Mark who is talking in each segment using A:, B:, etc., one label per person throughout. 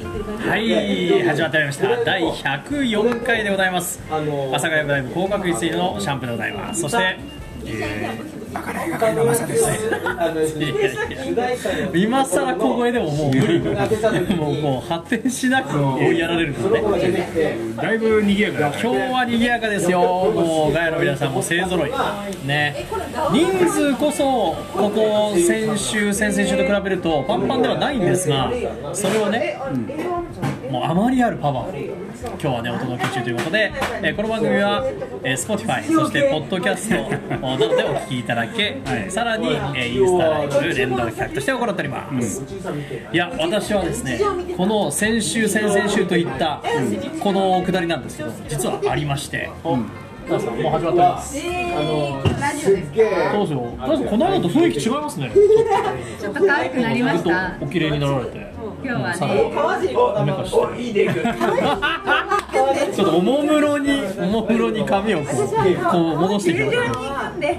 A: はい始まってまいりました第104回でございます阿佐ヶ谷ブライブ高学率いるのシャンプーでございますそして
B: 他の噂ですね。
A: 今更小声でももう無理 もうもう発展しなく追いやられるので、ね、
C: だいぶ賑やかだ
A: 今日は賑やかですよもうガヤの皆さんも勢ぞろいね人数こそここ先週先々週と比べるとパンパンではないんですがそれをね、もうあまりあるパワーを今日はねお届け中ということで、えーこの番組は、えー、Spotify そしてポッドキャスト などでお聞きいただけ、さらに、えーインスタライブ連動企画として行っております、いや私はですねこの先週先々週といった、このくだりなんですけど実はありまして、皆さんもう始まっておりますどうしようどうしようこの間と雰囲気違いますね
D: ちょっと可愛くなりました
A: お綺麗になられて
D: 今日は
A: さら
D: ね
A: におめかしてちょっとおもむろにおもむろに髪をこうこう戻してきましたそうなんで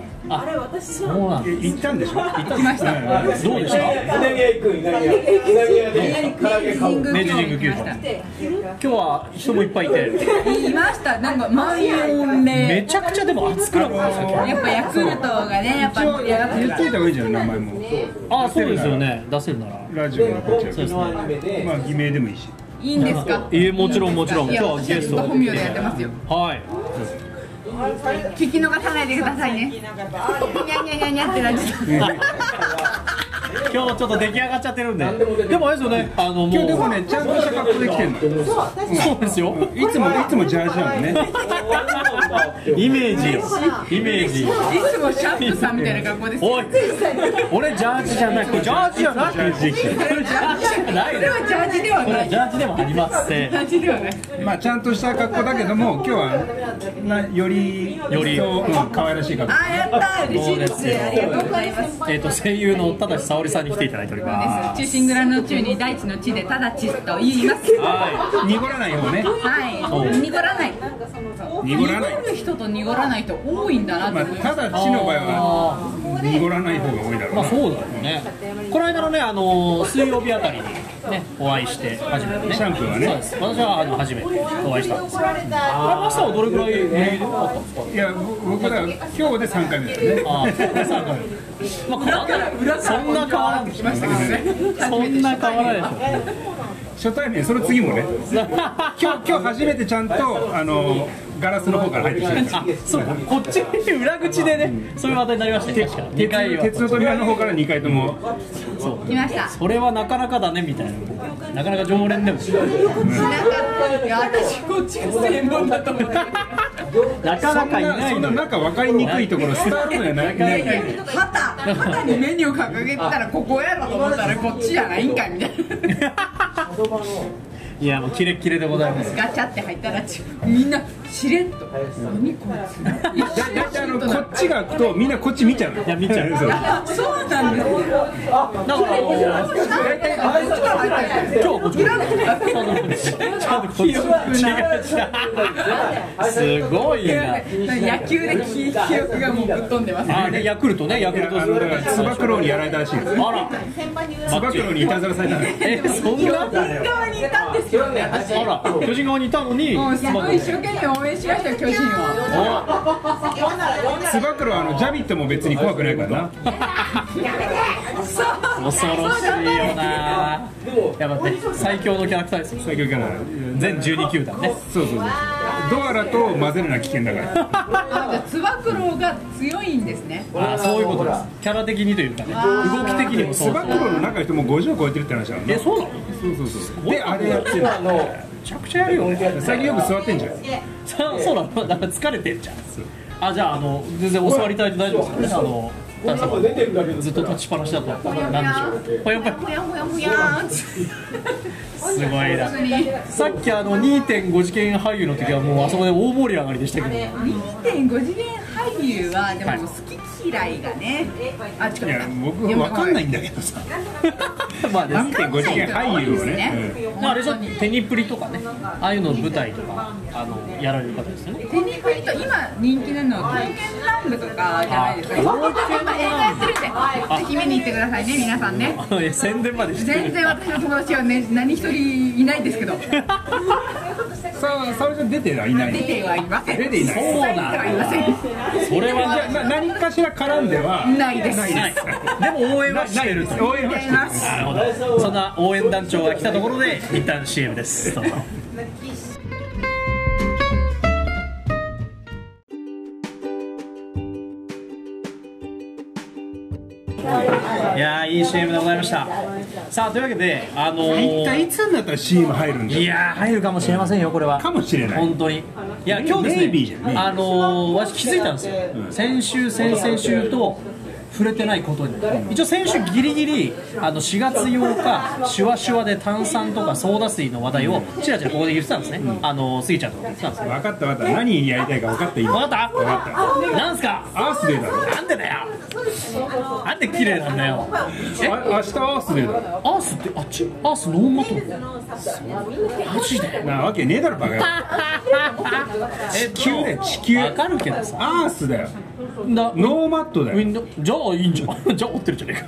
A: す
C: 行ったんでしょ
A: 行きましたどうでした明治神宮球場今
D: 神宮球場に行きました
A: 日は人もいっぱいいて
D: いましたなんか満員御
A: め
D: 礼
A: ちゃくちゃでも暑くなかったですよ
D: やっぱヤクルトがねやっぱやばく
C: 言っといた方がいいんじゃない名前も
A: ああそうですよね出せるなら
C: ラジオのこっち
A: そうです
C: は
A: ね
C: まあ偽名でもいいし
D: いいんですか
A: いえもちろんもちろん
D: いや
A: 今日は
D: 私
A: ゲ
D: はち
A: ス
D: ょ
A: ト
D: っと本名でやってますよ
A: はい
D: 聞き逃さないでくださいねにゃにゃにゃにゃってなっちゃった
A: 今日ちょっと出来上がっちゃってるんででもあれですよねあのもう
C: 今日でもねちゃんとした格好で来てんのい
A: そうですよ
C: つもいつもジャージだもんね
A: イメージよイメージ
D: いつもシャンプさんみたいな格好です
A: おい俺ジャージじゃないこれジャージじゃない
C: ジャージで来て
A: これジャージじゃない
D: それはジャージでは
A: これ
D: な
A: はいジャージでもありません
D: ジャージではない
C: るまあちゃんとした格好だけども今日はなより
A: より
C: そううん可愛らしい格好
D: あやった嬉しいですありがとうございます
A: えっ、と声優の正沙織さんに来ていただいておりま
D: 中心蔵の中に大地の地でただちと言います
A: す。は
C: 濁らない方ね
D: はい、濁らない。
C: 濁らない
D: る人と濁らない人多いんだな
C: ま
D: と
C: あ
D: 思います。
C: ただ地の場合は濁らない方が多いだろ
A: い。
C: う
A: ま
C: な
A: あそうだよね。この間のねあの水曜日あたりにねお会いして初めてね。
C: シャンプーはね
A: そうです。私はあの初めてお会いしたんですけど。あれマスターはどれぐらいぶりだったんですか。
C: いや僕僕ら今日で3回目だよね
A: ああ、そうですか。まあ裏から裏からそんな変わらん
D: 来ましたけどね。
A: そんな変わらないで
C: 初対面その次もね
A: すよ。
C: 今日今日初めてちゃんとあのガラスの方から入ってきてるんです
A: あ、そうかこっち裏口でねそういう話題になりましたよ。確かに二回は。
C: 鉄の扉の方から2回とも
A: そう
D: 来ました。
A: それはなかなかだねみたいな。なかなか常連でも。
D: しなかった。いや、私こっちが専門だと思って。
A: なかなかいない
C: そん
A: の
C: な
A: よ
C: 中分かりにくいところ伝わるのよないないない
D: 旗、旗にメニュー掲げてたらここやろと思ったらこっちじゃないんかみたいな。
A: いやもうキレッキレでございます
D: ガチャって入ったらちみんなしれっと。何こいつ。
C: だいたいあのこっちが開くとみんなこっち見ちゃうの
A: いや見ちゃう
C: そう
D: そうなんですよ。
A: だからあの
D: 大体あいつから入ったんですよ。
A: 今日こっちちゃんとこっち違う違うすごいな
D: 野球で記憶がもうぶっ飛んでます。
A: あれヤクルトねヤクルト
C: あのだからつば九郎にやられたらしいですつ
A: あら
C: ば九郎にいたずらされたの
A: えそんなあ
D: 側にいたんですよね。私
A: ら巨人側にいたのに
D: もうすごい一
A: あ
D: 生懸命応援しましたよ巨人を
C: つば九郎あのジャビットも別に怖くないからな
A: 恐ろしいよなやばいね最強のキャラクターですよ
C: 最強キャラ
A: 全12球団ね
C: そうそうそうドアラと混ぜるのは危険だから
D: あじゃあつば九郎が強いんですね
A: あそういうことですキャラ的にというかね動き的にもそ
C: つ
A: うそ
C: ば
A: う
C: 九郎の中の人も50を超えてるって話なの
A: え
C: ね
A: そうなの
C: そうそうそうであれやってるのめちゃくちゃやるよね最近よく座ってんじゃん
A: さそうなのだから疲れてんじゃんあじゃああの全然お座りいただいて大丈夫ですかねあの田中さんずっと立ちっぱなしだとなんでしょうほやほや
D: ほやほやほやー ん
A: すごいな
D: 普通に
A: さっきあの2.5次元俳優の時はもうあそこで大盛り上がりでしたけど
D: 2.5次元俳優はでも好き嫌いがねあ違
C: いや
D: う
C: 僕わかんないんだけどさ
A: まあね
C: 2.5次元俳優をね
A: まああれじゃ手にプリとかねああいうの舞台とかあのやられる方ですよね
D: テニプリと今人気なのは刀剣乱舞とかじゃないですか今映画やってるんでぜひ見に行ってくださいね皆さんね
A: いや宣伝までして
D: 全然私の友達はね何一人いないですけど
C: さあ沙織ちゃん出てはいない
D: 出てはいません
C: 出ていない
A: そう
D: 出ては
A: ないんだ
D: ません
A: それは
C: じゃあな何かしら絡んでは
D: ないです
A: ないない でも応援はしてるという
C: 応援はして
D: な
C: ま
D: い
C: す
A: なるほどそんな応援団長が来たところで一旦 CM ですどうぞいやーいい CM でございましたさあというわけであの
C: 一体
A: ー、
C: いつになったら CM 入るんだ
A: いやー入るかもしれませんよこれは
C: かもしれない
A: 本当にいや今日
C: ネイビーじ
A: で
C: ゃ
A: す
C: んね
A: ねあのー、私気づいたんですよ、先週先々週と触れてないことに、一応先週ギリギリあの4月8日シュワシュワで炭酸とかソーダ水の話題をちらちらここで言ってたんですね、あのースギちゃんとか言ってたんですよ
C: 分かった分かった何やりたいか分かった今
A: 分かった
C: 分か
A: なんすか
C: ったアースデーだろ
A: なんでだよなんで綺麗なんだよえ
C: あ明日アースデーだろ
A: アースってあっちアースノーマットマジで
C: なわけねえだろバカ野郎
A: え
C: 地球だよ地球
A: わかるけどさ
C: アースだよ
A: な
C: ノーマットだ
A: ウィ
C: よ
A: ンドじゃあいいん じゃんじゃあ折ってるじゃね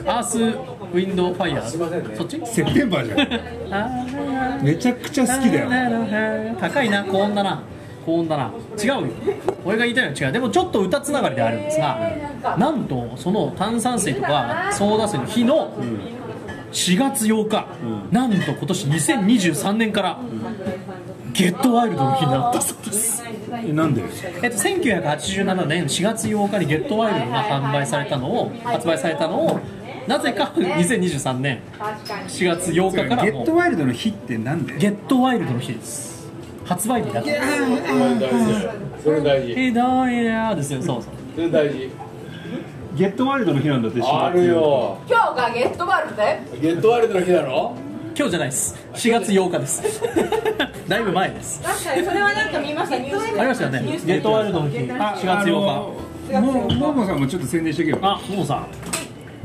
A: えかアースウィンドウファイヤーそっち
C: セプテンバーじゃんめちゃくちゃ好きだよ
A: 高いな高音だな高音だな違うよ俺が言いたいのは違うでもちょっと歌つながりであるんですがなんとその炭酸水とかソーダ水の日の4月8日、なんと今年2023年から、ゲットワイルドの日になったそうです
C: えなんで
A: えっと、1987年4月8日に「ゲットワイルド」が販売されたのを発売されたのをなぜか2023年4月8日から
C: ゲ
A: も
C: ッ
A: う
C: トワイルドの日ってなんで
A: ゲットワイルドの日です発売日だから
E: それ
A: 「
E: 大事
A: ひどいな」ですよそうそう
E: それ大事
C: ゲットワイルドの日なんだって
E: あるよ
B: 今日がゲットバルだよ
E: ゲットワイルドの日だろ
A: 今日じゃないです4月8日です だいぶ前です
B: 確かにそれはなんか見ましたニュース
A: ありましたよね「ゲットワイルドの日」4月8日
C: 日もうももさんもちょっと宣伝してけよ
A: あももさんも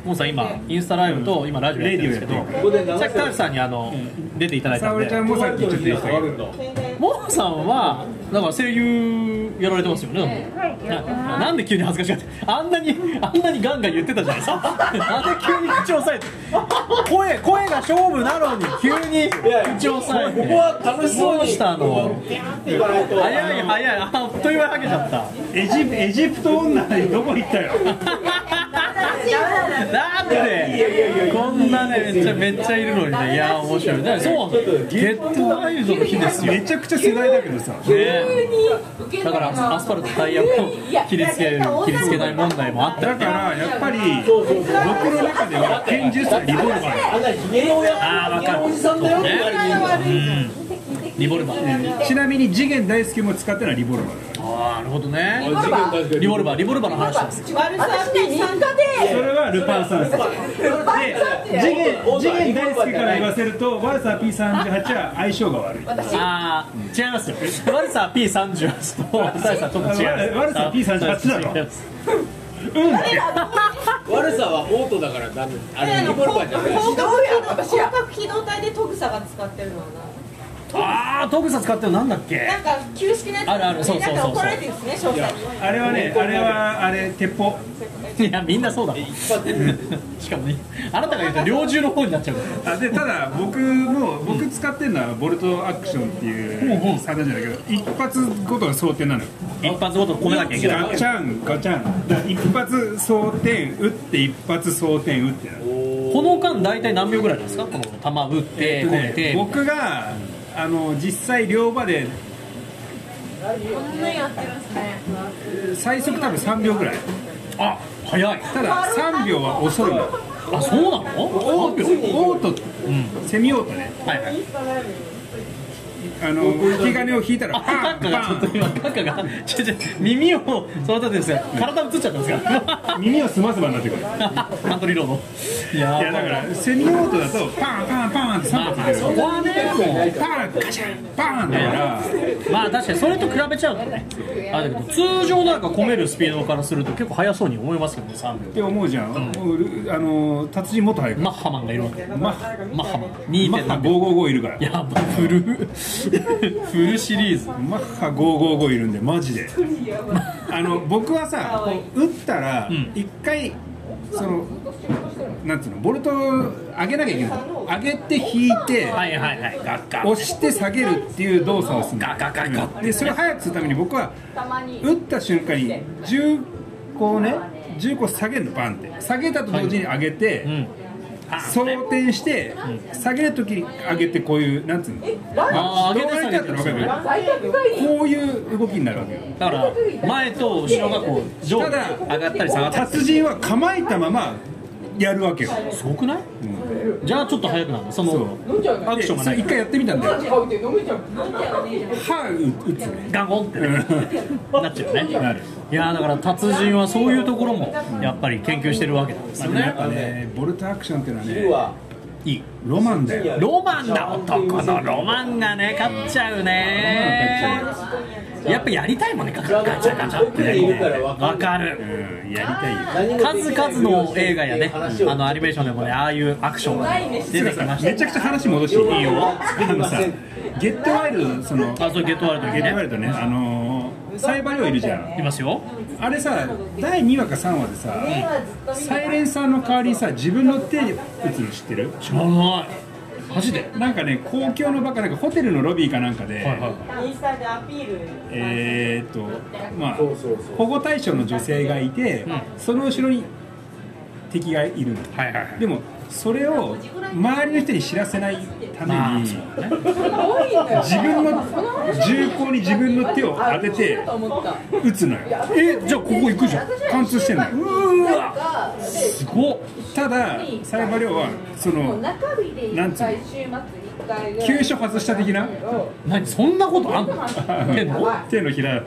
A: もさん今インスタライブと今ラジオやってるんですけ
C: レディオや
A: どさっき田口さんにあの出ていただいた
C: 沙
A: ん
C: 織
A: で
C: ちゃんもさっきちょっと言ってたけど
A: モンさんはだから声優やられてますよね。ななんで急に恥ずかしがってあんなにあんなにガンガン言ってたじゃないですか。なんで急に口を押さえて声声が勝負なのに急に口を押さえて。
E: ここは楽しそう
A: どう
E: に
A: したの。
E: ピャンっていかないと
A: 早い早いああっという間にはけちゃった。
C: エジエジプト女どこ行ったよ
A: なんでこんなねめっちゃめっちゃいるのにねいや面白い。だからそうゲットワイルドの日ですよ。
C: めちゃくちゃ世代だけどさ
A: ね
B: 受け
A: だからアスファルトタイヤを切りつける切りつけない問題もあった
C: だからやっぱり僕の中では拳銃さリボルバー
E: あんなひげの親
A: あーわかる
E: おじさんだよ
A: ね
E: 隣にいるの
A: リボルバー
C: ちなみに次元大輔も使ってのはリボルバーだか
A: ああなるほど
E: 事
A: ね
E: 件確かに
A: リボルバーリボルバーの話です
B: 悪さって日課
C: らそれはルパン三世
B: で
C: 次元次元大輔から言わせるとワルサー P38 は相性が悪いワ
A: ああ違いますよワルサー P38 とワルサーとも違います
C: ルサー P38 だろ
A: 違います
E: 悪さはオートだからダメあれリボルバーじゃない
B: 広角機動隊でトグサが使ってるのは
A: ああトグサ使ってるのなんだっけ
B: ななんか旧式のやつ
A: あるあるそうそうそう
B: な
A: そう
B: んか怒られてるんですね詳細に
C: あれはねあれはあれ鉄砲
A: いやみんなそうだもん
E: 一発
A: しかもねあなたが言うと猟銃の方になっちゃうから
C: あでただ僕も僕使ってるのはボルトアクションっていうサタじゃないけど一発ごとが想定なのよ
A: 一発ごと込めなきゃいけない
C: ガチャンガチャンだから一発装填打って一発装填打ってなの
A: この間大体何秒ぐらいなんですかこの弾打って込めて
C: 僕があの実際両場で
B: こんなにやってますね
C: 最速多分3秒ぐらい
A: あ早い
C: ただ3秒は遅いの
A: あそうなの
C: オ
A: 何
C: ート
A: 秒
C: オート、セミオートね
A: はいはい
C: あの引き金を引いたら
A: あ、カ
C: パ
A: ッカ
C: ン
A: がちょっと
C: パ
A: 今カッカがちょちょ耳を育ててですね体映っちゃったんですか
C: ン耳をすませばになってくるい
A: カントリーロードいや
C: やだからセミオートだとパンパンパンって3
A: ま
C: 発
A: あ
C: 出る
A: そこはねも
C: パンガシャンパンだから
A: うまあ確かにそれと比べちゃうとねあだけど通常なんか込めるスピードからすると結構速そうに思いますけどね3
C: っ
A: 秒
C: て思うじゃん、もうルあの達人もっと速いか
A: マッハマンがいるわけ
C: らマッハ
A: マッハマン
C: マッハ
A: 2.7
C: 555いるから
A: やばフルフルシリーズ
C: マッハ555いるんでマジであの僕はさこう打ったら一回そのなんつうのボルト上げなきゃいけない上げて引いて
A: はいはいはいガッガッ
C: 押して下げるっていう動作をするの
A: ガガガガ
C: うんでそれを早くするために僕は打った瞬間に10個をね10個下げるのバンって下げたと同時に上げて、
A: んあ
C: 想定して、下げるとき上げてこういうなんつうの
A: あー
C: 自動割りだったら分かるよこういう動きになるわけよ
A: だから前と後ろがこう上
C: ただ
A: 下上がったり下がったり
C: 達人は構えたままやるわけよ
A: すごくない、じゃあちょっと速くなるのそのアクションがな
C: でそれ
A: い
C: 一回やってみたんだよ歯打つね
A: ガゴンってね なっちゃうね
C: なる
A: いやーだから達人はそういうところもやっぱり研究してるわけなんです
C: まあ
A: よね
C: でもやっぱねボルトアクションっていうのはね
E: うわ
A: いい
C: ロマンだよ
A: ロマンだ男のロマンがね勝っちゃうねやっぱやりたいもんねガチャガチャガチャってねわかる
C: うんやりたいよ
A: 数々の映画やねあのアニメーションでもねああいうアクションがね出てきました
C: めちゃくちゃ話戻していいよあのさゲットワイルドその
A: あそうゲットワイルド
C: ゲ
A: に
C: ッ
A: ね
C: トワイルドねあのーサイバリオいるじゃん
A: いますよ
C: あれさ第2話か3話でさサイレンサーの代わりにさ自分の手で打つの知ってる
A: 知らないマジで
C: なんかね公共のバカなんかホテルのロビーかなんかで、
A: はいはい
B: インスタでアピール
C: えーっとまあ
E: そうそうそう
C: 保護対象の女性がいて、その後ろに敵がいるの
A: はいはいはい
C: でもそれを周りの人に知らせないために、
A: まあそうだね
C: 自分の銃口に自分の手を当てて撃つのよえじゃあここ行くじゃん貫通してんのようわ
A: すごった
C: だサイバリオはそのなんつうの急所外した的な
A: 何そんなことあんの 手の
C: 手のひら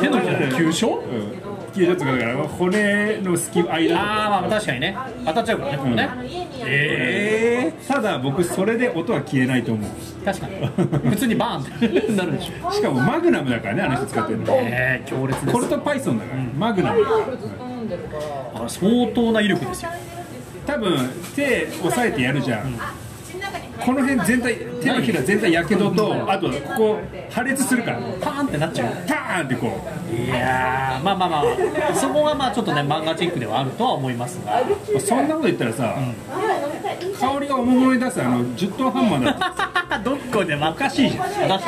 A: 手のひら急所
C: うん急所とかだから骨の隙間間
A: ああまあ確かにね当たっちゃうからねここねえ
C: えーただ僕それで音は消えないと思
A: え確かに普通にバーンってなるでしょ
C: うしかもマグナムだからねあの人使ってるの
A: ええ強烈です
C: コルトパイソンだから、マグナム
A: あ相当な威力ですよ
C: 多分手押さえてやるじゃん、この辺全体手のひら全体やけどとあとここ破裂するから
A: パーンってなっちゃう
C: パーンってこ
A: いやーまあまあまあそこがまあちょっとね漫画チックではあるとは思いますが
C: うそんなこと言ったらさ、香りがおもむろに出すあの10トンハンマーだって
A: どっこでもおかしいじゃん確かに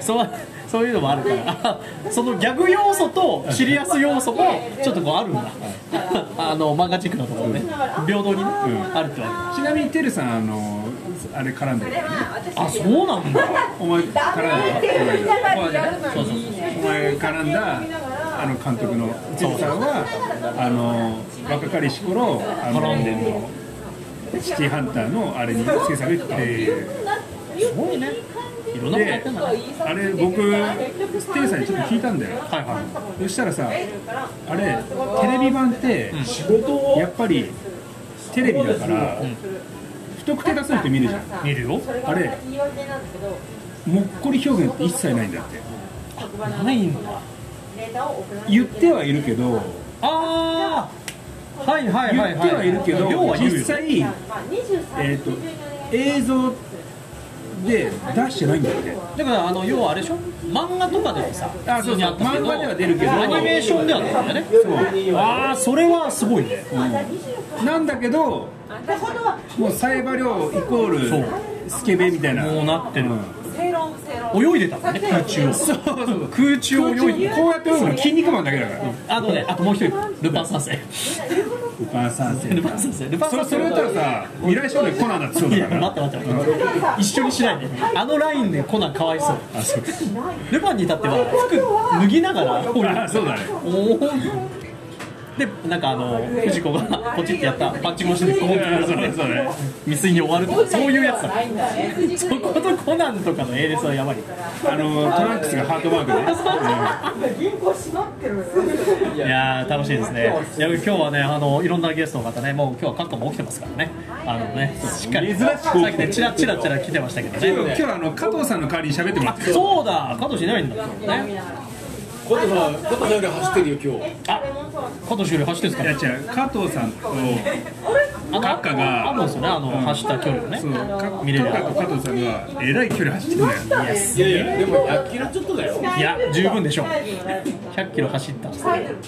A: そうそういうのもあるから あそのギャグ要素とシリアス要素もちょっとこうあるんだ あの漫画チックなところね平等にね、あるってわ
C: ちなみにテルさんあのあれ絡んでるからね
A: けあそうなんだ
C: お前絡んだこの間
A: そうそうそう
C: お前絡んだあの監督のテルさんはあの若かりし頃あの
A: 絡んでん
C: のシティハンターのあれに制作って
A: すごいねいろんなことやってんだね
C: あれ僕テルさんにちょっと聞いたんだよ
A: はいは
C: そしたらさあれテレビ版って
E: 仕事を
C: やっぱりテレビだから、不特定多数の人見るじゃん
A: い見るよ
C: あれもっこり表現って一切ないんだって
A: ないんだ
C: 言ってはいるけど
A: ああはいはい
C: 言
A: はい
C: っ
A: はい
C: てはいるけど
A: 要は言うよ
C: 実際、えー、と映像で出してないんだって
A: だからあの要はあれでしょ漫画とかではさ
C: あそ
A: 普
C: うそう
A: 通にったけど
C: 漫画では出るけど
A: アニメーションではないんだよねああそれはすごいね
C: なんだけどもうサイバリョウイコ
A: そ
C: ールスケベみたいな
A: もうなってる
C: うん
A: 泳いでたもんね空中を
C: そうそう
A: 空中を泳いで
C: こうやって泳ぐの筋肉マンだけだから、
A: あとねあともう一人ルパン三 世
C: ルパン三世
A: ルパン三世ルパン
C: それ
A: 三
C: そ
A: 世
C: れ言ったらさ未来少年コナンだってそう
A: い
C: だ
A: や
C: か
A: 待
C: ら
A: って待って待って一緒にしないであのラインでコナンかわいそう
C: あそう
A: ルパンに至っては服脱ぎながら泳い で
C: あそうだね
A: おーでなんかあの藤子がポチってやったパッチン越しでこうってやる
C: そうだねそうだね
A: 未遂に終わるとかそういうやつだそことコナンとかの A 列はやばい
C: あのトランクスがハートマークで、
A: いやー楽しいですねいや今日はねあのいろんなゲストの方ねもう今日はカットも起きてますからねあのねしっかり
C: 珍しく
A: さっきねチラチラチラ来てましたけど
C: 今
A: ね
C: 日はあの加藤さんの代わりに喋ってもら
A: あ
C: ってる
A: そうだ加藤氏いないんだね
E: コトさんコトさんより走ってるよ今日
A: あ加藤氏より走ってるんですか
C: いや違う加藤さんと
A: あの
C: カッカが
A: あるんですよねあの走った距離をね
C: そうか
A: 見れる
C: カッカと加藤さんがえらい距離走ってるんだよ
E: いやいや、でも100キロちょっとだよ。だ
A: いや十分でしょう100キロ走ったんですね
E: って、うん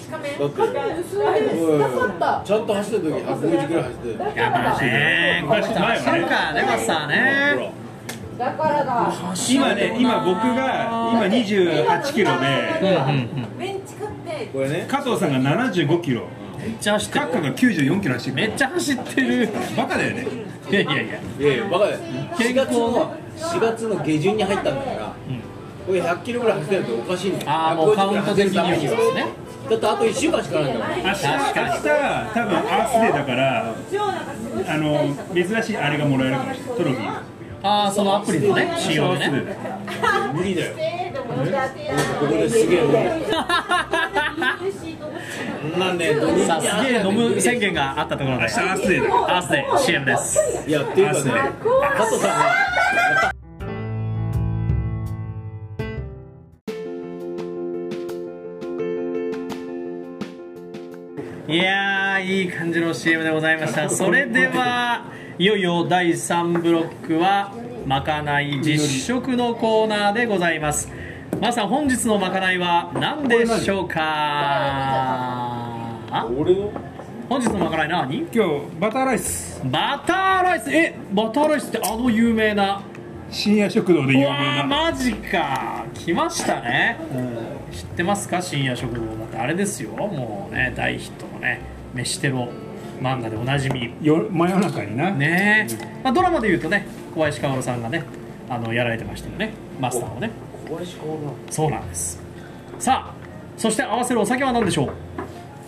E: ちゃんと走った時、150キロ走ってる。
A: やばいねこれちょっと走るからねマスターね
C: 今ね今僕が今28キロで
B: メンチ食って
E: これね、
C: 加藤さんが75キロ
A: めっちゃ走って
C: カッカ
A: る
C: が94キロ走って
A: め
C: る
A: っちゃ走ってる
C: バカだよね
A: いやいやいや
E: いやいや、バカだよ。4月の、4月の下旬に入ったんだから、これ100キロぐらい走ってるとおかしいんだよ。
A: ああもうカ
E: 150
A: ウ
E: キロ
A: ント
E: 走
A: 的
E: る
A: に
E: た
A: はです
E: めには
A: ね
E: だってあと1週間しかないんだもん。
C: 明日明日
A: 確かに
C: 多分アースデーだからあの珍しいあれがもらえるかもしれないトロフィー
A: ああそのアプリのね仕様でね
E: 無理だよ。ここですげえ飲む。そんなんね、土日に
A: さあすげえ飲む宣言があったところで
C: 明日アースデーだ
A: アースデー CM です
E: いや、っていうかね、加藤さんが。
A: いやーいい感じの CM でございましたそれではいよいよ第3ブロックはまかない実食のコーナーでございますまさん本日のまかないは何でしょうかあ
E: 俺の
A: 本日のまかない何
C: 今日バターライス
A: バターライスえバターライスってあの有名な
C: 深夜食堂で有
A: う
C: 名
A: わー
C: な
A: マジか来ましたね、知ってますか深夜食堂だってあれですよもうね大ヒットのね飯テロ漫画でおなじみ
C: よ真夜中にな、
A: ねえ、まあ、ドラマでいうとね小林薫さんがねあのやられてましたよねマスターをね
E: 小林薫の
A: そうなんですさあそして合わせるお酒は何でしょう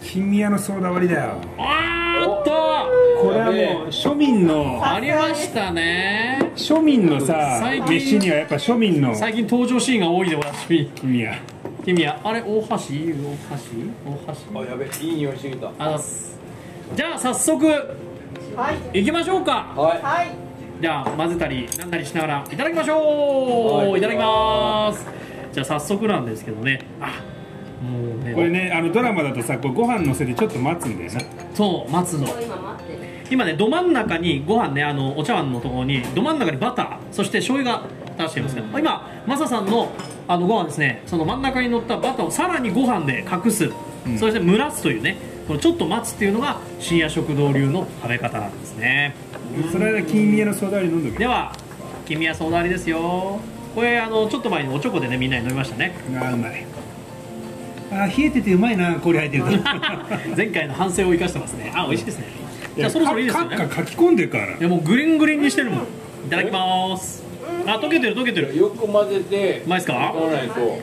C: 金宮のソーダ割りだよ
A: あーっと
C: これはもう庶民の
A: ありましたね
C: 庶民のさ
A: 最近
C: 飯にはやっぱ庶民の
A: 最近登場シーンが多いでおなじみ
C: 金宮
A: 君はあれ大橋大橋大
E: あ、
A: 橋
E: やべ、いい匂いしてきた。
A: あざっすじゃあ早速行きましょうか
E: はい。
B: はい
A: じゃあ混ぜたりなんなりしながらいただきましょう、
E: はい
A: い、ただきますじゃあ早速なんですけどねあもうね
C: これねあのドラマだとさこうご飯のせてちょっと待つんだよな
A: そう待つの今ねど真ん中にご飯ねあのお茶碗のところにど真ん中にバターそして醤油が垂らしていますけど、今マサさんのあのご飯ですねその真ん中に乗ったバターをさらにご飯で隠す、そして蒸らすというねこのちょっと待つっていうのが深夜食堂流の食べ方なんですね
C: その間金宮のソーダ割り飲んどけ
A: では君はそうなりですよこれあのちょっと前におちょこでねみんなに飲みました ね
C: あーうまいあー冷えててうまいな氷入って ると
A: 前回の反省を生かしてますねあ美味しいですねじゃあそろそろいいですよね
C: カッカ書き込んでるから
A: いやもうグリングリンにしてるもんいただきますあ溶けてる溶けてる
E: よく混ぜて
A: うまいっすか
E: 取らないと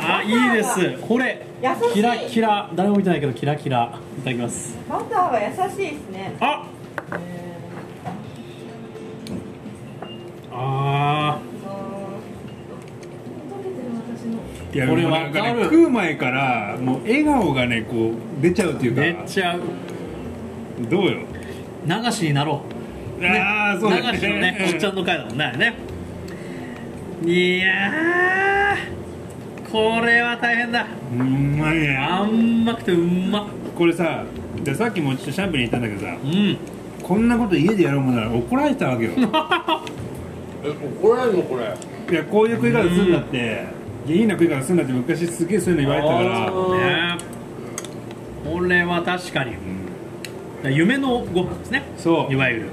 A: あいいですこれ
B: 優しい
A: キラキラ誰も見てないけどキラキラいただきます
B: バターは優しいですね
A: ああ
C: いや
A: こ
C: こ
A: れ
C: れなんか
A: わか
C: ね
A: る
C: 食う前からもう笑顔がねこう出ちゃうってい
A: ー
C: う
A: めっ
C: か
A: ちゃ
C: どうよ
A: 流しになろう、ね、
C: あーそうだね
A: 流しのねおっちゃんの会だもんねあれねいやーこれは大変だ
C: うまいね
A: 甘くてうまっ
C: これさでさっきもちょっとシャンプーに行ったんだけどさ
A: うん
C: こんなこと家でやろうもんなら怒られたわけよい
E: え怒られるのこれ
C: やこういう食い方すんだって下品な食い方すんだって昔すげえそういうの言われたから
A: ねこれは確かに、夢のご飯ですね
C: そう
A: いわゆる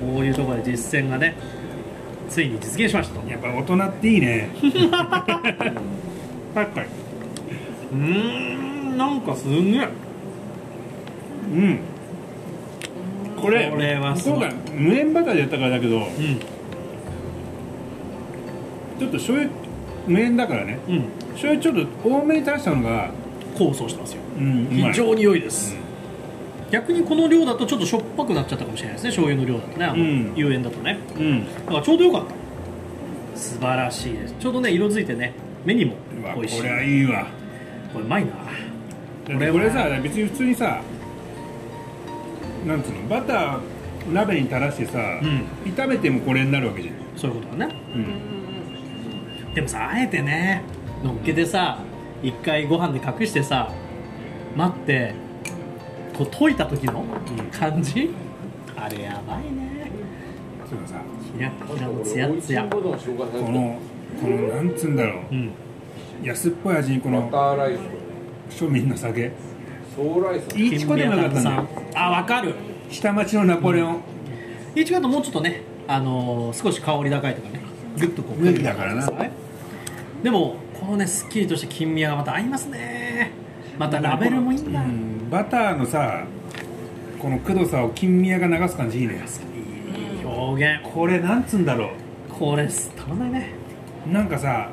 A: こういうところで実践がねついに実現しましたと
C: やっぱ大人ってい いねはいはいう
A: ーんなんかすんげえ
C: うんこれ
A: これはすごい
C: 今回無塩バターでやったからだけど
A: う
C: ちょっと醤油無塩だからね
A: んうん
C: 醤油ちょっと多めに垂らしたのが
A: 構想してますよ
C: うんうまい
A: 非常に良いです、逆にこの量だとちょっとしょっぱくなっちゃったかもしれないですね醤油の量だとねあの、
C: うん
A: 有塩だとね
C: うん
A: だからちょうど良かった素晴らしいですちょうどね色づいてね目にも
C: うわ
A: 美
C: こ
A: 味しい
C: れはいいわ
A: これうまいな
C: これこれさ別に普通にさなんつうのバター鍋に垂らしてさ、
A: うん
C: 炒めてもこれになるわけじゃん、
A: そういうことだね
C: うん、
A: でもさあえてねのっけてさ一回ご飯で隠してさ待ってこう解いた時の感じ、あれやばいね
C: そのさ
A: ひらひらのツヤツヤ
C: このこのなんつうんだろ
A: うん
C: う安っぽい味にこ
F: バタ
C: の
F: ーライス
C: 庶民の酒
F: ソーライス
C: いちこでもよかったんだよ
A: あわかる
C: 下町のナポレオン
A: いちごだともうちょっとねあのー少し香り高いとかねグッとこう
C: 麦だからな
A: はいでもこのねすっきりとした金宮がまた合いますねまたラベルもいいんだ、
C: うんバターのさこのくどさを金宮が流す感じいいね
A: いい表現
C: これなんつうんだろ
A: これすたまんないね
C: うなんかさ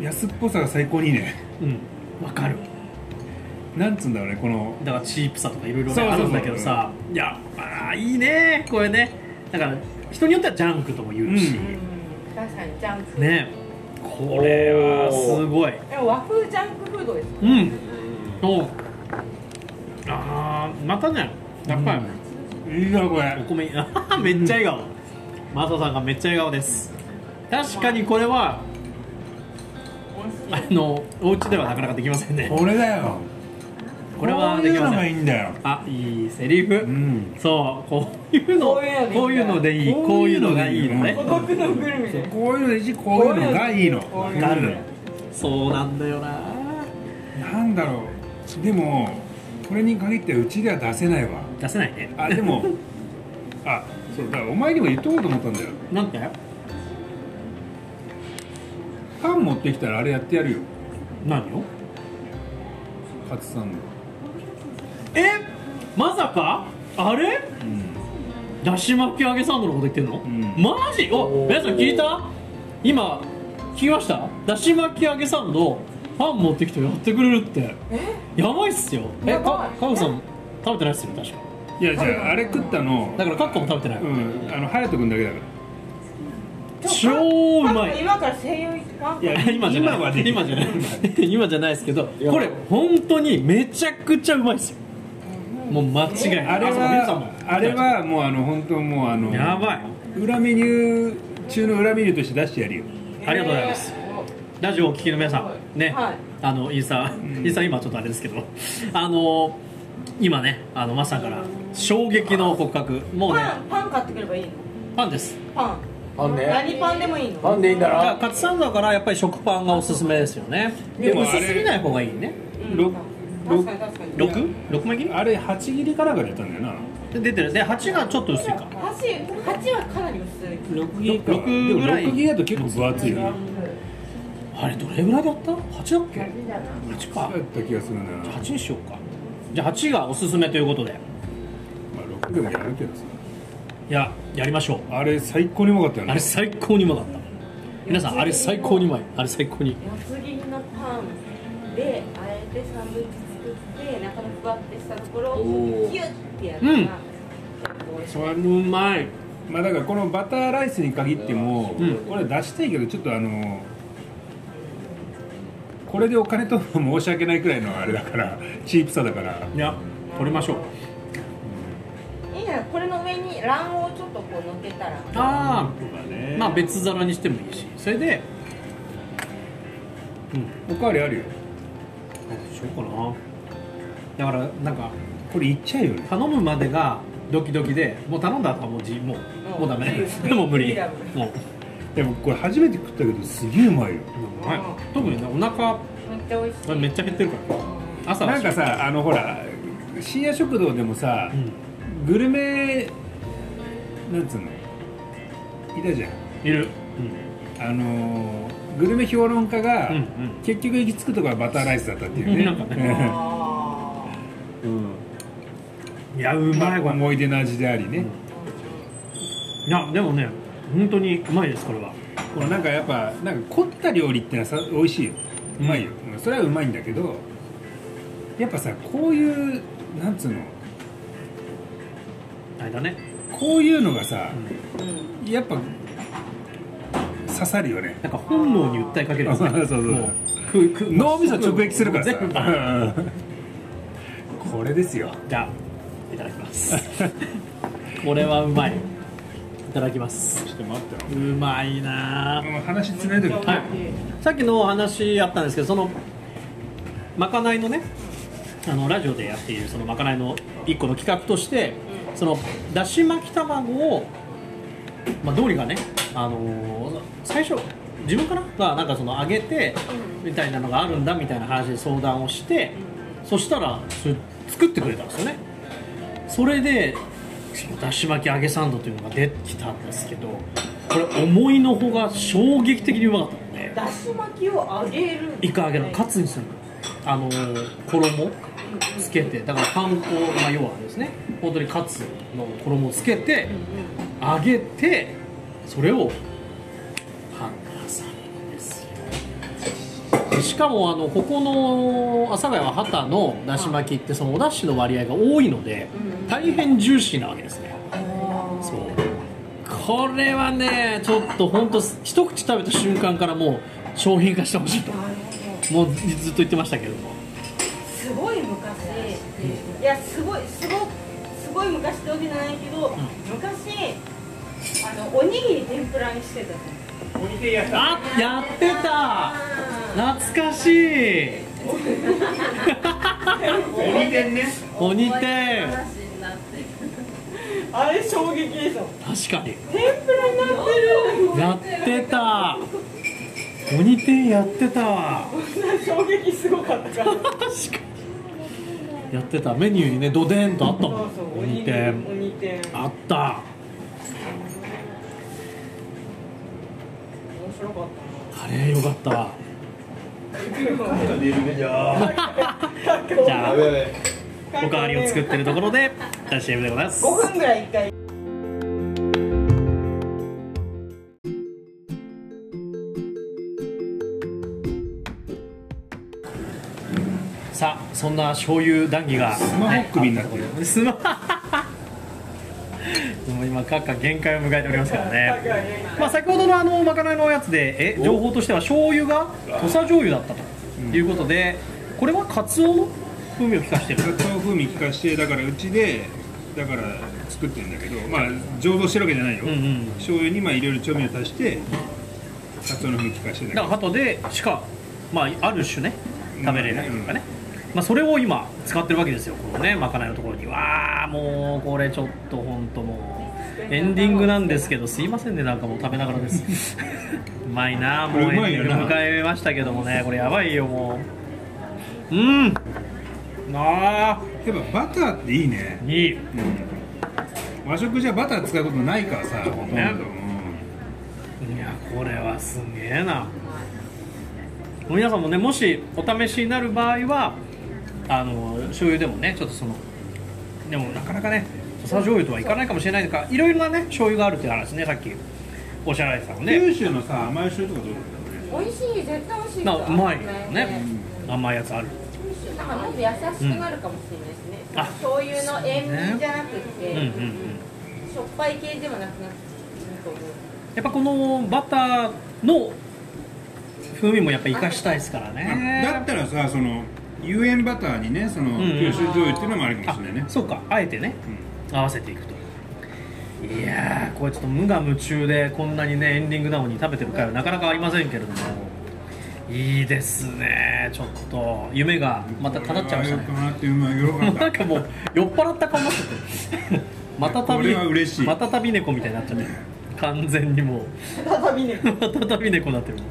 C: 安っぽさが最高にいいね
A: うんわかる
C: なんつうんだろうねこの
A: だからチープさとかいろいろ
C: そうそう
A: あ
C: そう
A: るんだけどさやっぱいいねこれねだから人によってはジャンクとも言うし、
G: 確かにジャンク。
A: ねこれはすごい
G: でも和風ジャンクフードです。
A: うんそうあーまたねやっぱり、
C: いいなこ
A: お
C: れ
A: 米 めっちゃ笑顔マサさんがめっちゃ笑顔です確かにこれはあのお家ではなかなかできませんね
C: これだよ
A: これはでき
C: こういう
A: ま
C: の
A: せ
C: が
A: ん
C: いいんだよ
A: あいいセリフ、
C: うん
A: そうこういうの
G: こういうのでいい
A: こういうのでいいこういのがいい
C: こういううのでいい
A: のね
G: 孤独のグルメで。
C: こういうのいいしこういうのがいいの
G: こういう
A: の
C: わかる
A: そうなんだよな
C: なんだろうでもこれに限ってうちでは出せないわ
A: 出せないね
C: あでもあそうだからお前にも言っとこうと思ったんだよ
A: なんだよ
C: パン持ってきたらあれやってやるよ
A: 何を
C: カツサンド
A: えまさかあれだし巻き揚げサンドのこと言ってんの、
C: ん
A: マジお皆さん聞いた今聞きましただし巻き揚げサンドパン持ってきてやってくれるってやばいっすよえ
G: やば
A: か
G: い
A: かぐさん食べてないっすよ確か
C: いやじゃああれ食ったの
A: だからカッコも食べてない、
C: うんあの隼人君だけだから
A: 超うまい
G: 今から西洋行く。
A: いや 今じゃない
C: 今はね
A: 今じゃない 今じゃないですけどこれ本当にめちゃくちゃうまいですよもう間違いない
C: あれ
A: そうか皆さん
C: は
A: も
C: あれはもうあの本当もうあの
A: やばい
C: 裏メニュー中の裏メニューとして出してやるよ
A: ありがとうございますラジオをお聞きの皆さんね、
G: はい
A: あのインスタ、インスタ今ちょっとあれですけどあの今ねあのマスさんから衝撃の告白もうね
G: パンパン買ってくればいいの。
A: パンです
G: パン。
F: パンね
G: 何パンでもいいの。
F: パンでいいんだ
A: だから
F: な
A: カツサンドだからやっぱり食パンがおすすめですよね
C: でもあ
A: 薄
C: れ
A: すぎない方がいいね
C: ろ
G: 確かに確かに。
A: 66枚切り
C: あれ8切りからが出たんだよな
A: で出てるで8がちょっと薄いか
G: 八八はかなり薄い。
C: 6切
A: ろくぐらい
C: 6切りだと結構分厚いよね
A: あれどれぐらいだった8だっけ8か
C: だった気がするな、ま
A: 8にしようかじゃあ8がおすすめということで
C: あ、6でもやるけどさ
A: いややりましょう
C: あれ最高にうまかったよ
A: あ
C: ね
A: れ最高にうまかった皆さんあれ最高にうまいあれ最高に
H: 四つ切りのパンであえてサンドイッチ作って中のふわってしたところをギュッてやる
A: うん
H: から
A: それもうまい
C: まあだからこのバターライスに限っても、
A: ん
C: これ出したいけどちょっとあのこれでお金取るの申し訳ないくらいのあれだからチープさだから
A: いや取りましょう
G: いいね。これの上に卵黄をちょっとこう乗っけたら。
A: ああ
C: ね
A: まあ別皿にしてもいいしそれで
C: おかわりあるよ
A: どうしようかなだからなんか
C: これいっちゃうよね
A: 頼むまでがドキドキでもう頼んだ後はもうじもうもうダメもう無理もう
C: でもこれ初めて食ったけどすげえうまいよ
A: うまい特にねお腹
G: めっちゃ美味しい。
A: めっちゃ減ってるから朝は
C: なんかさあのほら深夜食堂でもさ、グルメなんつうのいたじゃん
A: いる
C: あのーグルメ評論家が、
A: うんうん
C: 結局行き着くとこはバターライスだったっていうね
A: なんか ねいやう
C: う
A: ま
C: ま
A: い
C: い
A: これ
C: 思い出の味でありね、
A: いやでもね本当にうまいですこれは
C: これなんかやっぱなんか凝った料理ってのはさ美味しいようまいよ、うんそれはうまいんだけどやっぱさこういうなんつうの
A: あれだね
C: こういうのがさ、やっぱ刺さるよね
A: なんか本能に訴えかけるんですね
C: そうそうそう
A: もくく
C: 脳みそ直撃するからさ
A: 全部
C: うん これですよ
A: じゃあいただきます これはうまいいただきます
C: ちょっと待って
A: うまいな
C: よ話つないでる
A: ぁはいさっきのお話あったんですけどそのまかないのねあのラジオでやっているそのまかないの一個の企画としてそのだし巻き卵を、まあ、どうにかね、あのー最初自分からがなんかその揚げてみたいなのがあるんだみたいな話で相談をしてそしたらそれ作ってくれたんですよねそれでそのだし巻き揚げサンドというのが出てきたんですけどこれ思いのほが衝撃的にうまかったので
G: だし巻きを揚げる
A: 一回揚げのカツにするのあのー衣つけてだからパン粉、まあ、要はあれですね本当にカツの衣をつけて揚げてそれをパンダさんですよでしかもあのここの阿佐ヶ谷は旗のだし巻きってそのおだしの割合が多いので大変ジューシーなわけですねそうこれはねちょっと本当一口食べた瞬間からもう商品化してほしいともうずっと言ってましたけども
G: すごい昔いやすごいすごすごい昔ってわけじゃないけど、昔あのおにぎり天ぷらにしてたの
A: あやってた懐かしい
C: 鬼伝ね
A: 鬼天
G: あれ衝撃でしょ
A: 確かに
G: 天ぷらになってる
A: やってた鬼天やってたわ
G: 衝撃すごかったから
A: 確かにやってたメニューにねドデンとあったもん鬼天
G: 鬼天面
A: あった
G: 白かっ
A: カレーよかったわ
G: たじ
A: じゃあおかわりを作ってるところで出し M でございます
G: 5分ぐらい一回
A: さあそんな醤油談義が ス
C: マホ首になってる
A: スマもう今カッカ限界を迎えておりますからねまあ、先ほどのあのまかないのやつでえ情報としては醤油が土佐醤油だったということで、これはカツオの風味を利かしてる
C: カツオ風味効かしてだからうちでだから作ってるんだけどまあ醸造してるわけじゃないよ、
A: うんうん
C: 醤油にまあいろいろ調味料足してカツオの風味効かして
A: だ
C: だ
A: か
C: から
A: 鳩でしか、まあ、ある種ね食べれないというかね、まあ、それを今使ってるわけですよこのねまかないのところにわあもうこれちょっと本当もうエンディングなんですけどすいませんねなんかもう食べながらです うまいなもうエン
C: これうまい
A: ディ
C: よ
A: ング
C: な
A: 迎えましたけどもねこれやばいよもううんなあ
C: らやっぱバターっていいね、
A: いい
C: 和食じゃバター使うことないからさほとんど、
A: ね
C: うん
A: いやこれはすげえな皆さんもねもしお試しになる場合はあの醤油でもねちょっとそのでもなかなかね土佐醤油とはいかないかもしれないとかいろいろなね醤油があるっていう話ねさっきおっしゃられてたのね
C: 九州のさ甘い醤油とかどうだった
H: 美味しい絶対美味しい
A: な
H: から
A: うまいよね甘いやつある
H: なんかまず優しくなるかもしれないですね、
A: うんあ
H: 醤油の塩味じゃなくて、
A: うんうんうん
H: しょっぱい系でもなくなってくると思う
A: やっぱこのバターの風味もやっぱ生かしたいですからね
C: だったらさその有塩バターにねその
A: ん
C: 九州醤油っていうのもあるか
A: あ
C: もしれないね、
A: そうかあえてね、合わせていくといやーこれちょっと無我夢中でこんなにねエンディングなのに食べてる回はなかなかありませんけれどもいいですねちょっと夢がまた叶っちゃいましたね
C: これはよくなってうまいよかっ
A: なん
C: た
A: かもう酔っ払った顔になっちゃって るまた
C: こ
A: 旅
C: れは嬉しい
A: また旅猫みたいになっちゃってる完全にもう
G: 再びね
A: また旅猫になってるもん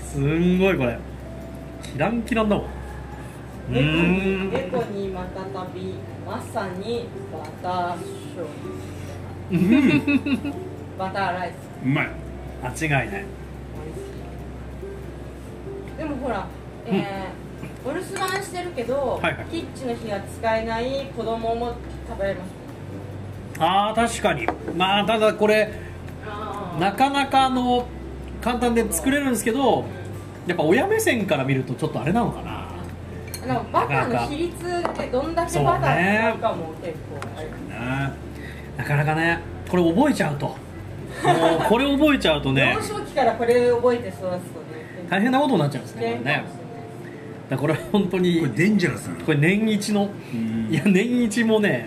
A: すんごいこれキランキランだもんう
G: 猫
A: ー
G: に
A: ん
G: 猫にまたたびまさにバター醤油バターライス
C: うまい
A: 間違いない
G: でもほら、えーお留守番してるけど、
A: はいはい
G: キッチンの日が使えない子供も食べられます
A: あー確かにまあただこれなかなかあの簡単で作れるんですけどやっぱ親目線から見るとちょっとあれなのかな
G: あのバターの比率ってどんだけバター使うかも結構あれ
C: なあ
A: なかなかねこれ覚えちゃうともうこれ覚えちゃうとね
G: 幼少期からこれ覚えて育つとね
A: 大変なことになっちゃうんです
G: 危
A: ねこ
G: 険
A: れ
G: かもしれない
A: ねだからこれは本当に
C: これデンジャラスなの
A: これ年一の
C: うん
A: いや年一もね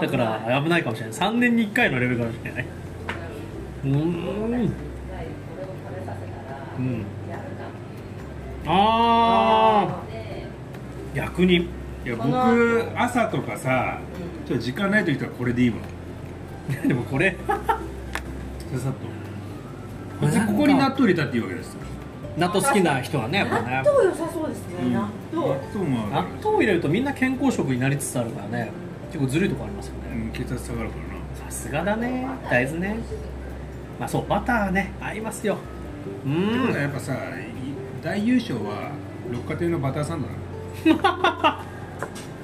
A: だか
G: 危ない
A: ら危ないかもしれない3年に1回のレベルかもしれないうーんうんああ逆に
C: いや僕朝とかさちょっと時間ない時とかこれでいいわ
A: でもこれ
C: ささっと別にここに納豆入れたっていいわけです
A: 納豆好きな人はねやっぱね
G: 納豆良さそうですね、納豆
C: 納豆も
A: 納
C: あるから
A: 豆を入れるとみんな健康食になりつつあるからね結構ずるいとこありますよ
C: う
A: ね
C: ん血圧下がるから
A: さ
C: な
A: すがだね大豆ねまあそうバターね合いますよう
C: ってことは
A: ん
C: やっぱさい大優勝は六花亭のバターサンドなの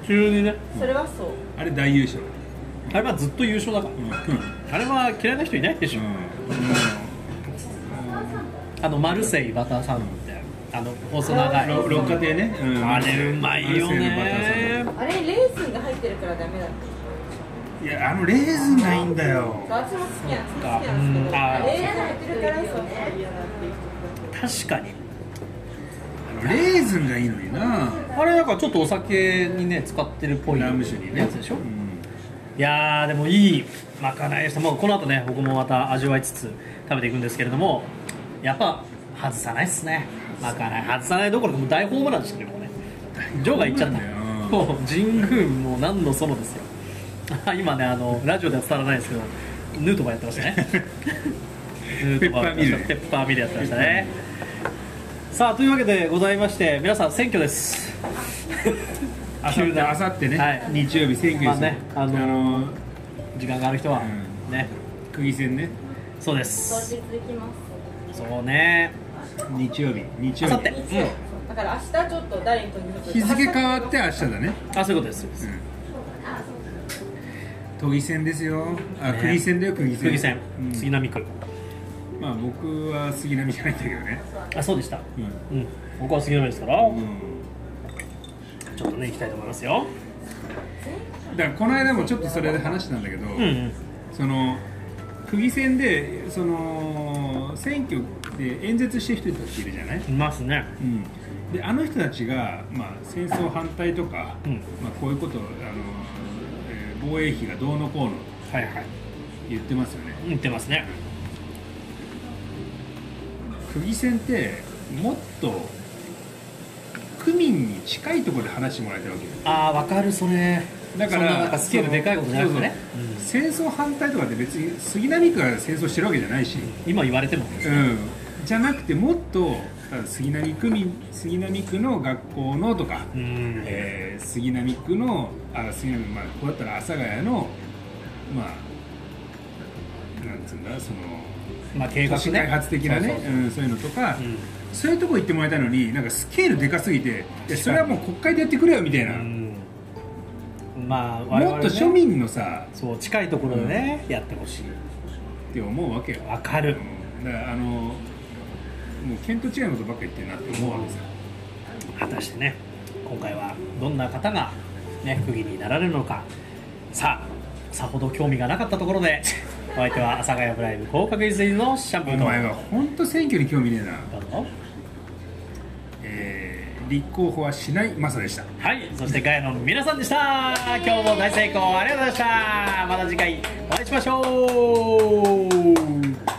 A: 急にね
G: それはそう
C: あれ大優勝
A: あれはずっと優勝だか
C: うん、うん、
A: らあれは嫌いな人いないでしょ、あのマルセイバターサンドってあの細長い
C: ろ六花亭ね、うん
A: あれうまいよ
C: マルセイのバター
A: ね
G: あれレーズンが入ってるからダメだって
C: サンドいやあのレーズンがいいんだよ
G: 私も好きなんです好きなんですけど
A: あー
G: レーズン入ってるからそう嫌だっていう
A: 確かに
C: あのレーズンがいいのにな
A: あれなんかちょっとお酒にね使ってるっぽい
C: ラム酒にね
A: やつでしょ、
C: うん
A: いやーでもいいまかないでしたもうこの後ね僕もまた味わいつつ食べていくんですけれどもやっぱ外さないっすねまかない外さないどころかもう大ホームランでしたねもうねジョーが言っちゃったもう神宮もう何のそのですよ あ今ねあのラジオでは伝わらないですけどヌートバーやってました ねヌートバーやってましたペッパーミルやってましたねさあというわけでございまして皆さん選挙です
C: あさっ
A: 急
C: て
A: な
C: あさってね、
A: はい
C: 日曜日選挙ですよ、
A: まあねあの
C: の
A: 時間がある人は、
C: う
A: ね
C: 区議選ね
A: そうです
H: 続きます
A: そうね
C: 日曜日日
A: あ
C: 曜
A: さ
C: 日
A: ってうん
G: だから明日ちょっと誰に投票す
C: 日
G: るか
C: 付変わって明日だね、
A: あそういうことです
C: うん、都議選ですよあ、
A: ね
C: 区議選だよ区議選
A: 区議選、
C: うん
A: 杉並区
C: まあ僕は杉並じゃないんだけどね、
A: あそうでした
C: うん
A: うん僕は杉並ですから、
C: うん
A: ちょっとね行きたいと思いますよ
C: だからこの間もちょっとそれで話したんだけど、
A: うんうん
C: その区議選でその選挙で演説してる人たちいるじゃない、
A: いますね
C: うん、であの人たちが、まあ、戦争反対とか、
A: うん
C: まあ、こういうことあの、えー防衛費がどうのこうの
A: はいはい
C: 言ってますよね
A: 言ってますね
C: 区議選ってもっと区民に近いところで話してもらいたいわけよ
A: ああわかるそれ
C: だから
A: そんななんかスケールでかいことじゃなくてね
C: そうそう戦争反対とかって別に杉並区が戦争してるわけじゃないし、
A: 今言われても
C: うん、じゃなくてもっとただ杉並区民杉並区の学校のとか、
A: うん
C: えー杉並区のあ杉並、まあ、こうだったら阿佐ヶ谷のまあなんつうんだその
A: まあ計画
C: 都市開
A: ね
C: 発的なね
A: そうそう
C: うんそういうのとか、
A: ん
C: そういうとこ行ってもらいたいのになんかスケールでかすぎていやそれはもう国会でやってくれよみたいな、
A: うんまあ我々、ね、
C: もっと庶民のさ
A: そう近いところでね、やってほし
C: って思うわけよ
A: いわかる
C: うんだからあのもう見当違いのことばっかり言ってるなって思うわけさ
A: 果たしてね今回はどんな方が、ね、区議になられるのかさあさほど興味がなかったところでお相手は阿佐ヶ谷ブライブ高確率のシャンプー
C: お
A: と
C: 前は本当選挙に興味ねえな、
A: どうぞ
C: えー立候補はしないマサでした
A: はいそしてガヤの皆さんでした今日も大成功ありがとうございましたまた次回お会いしましょう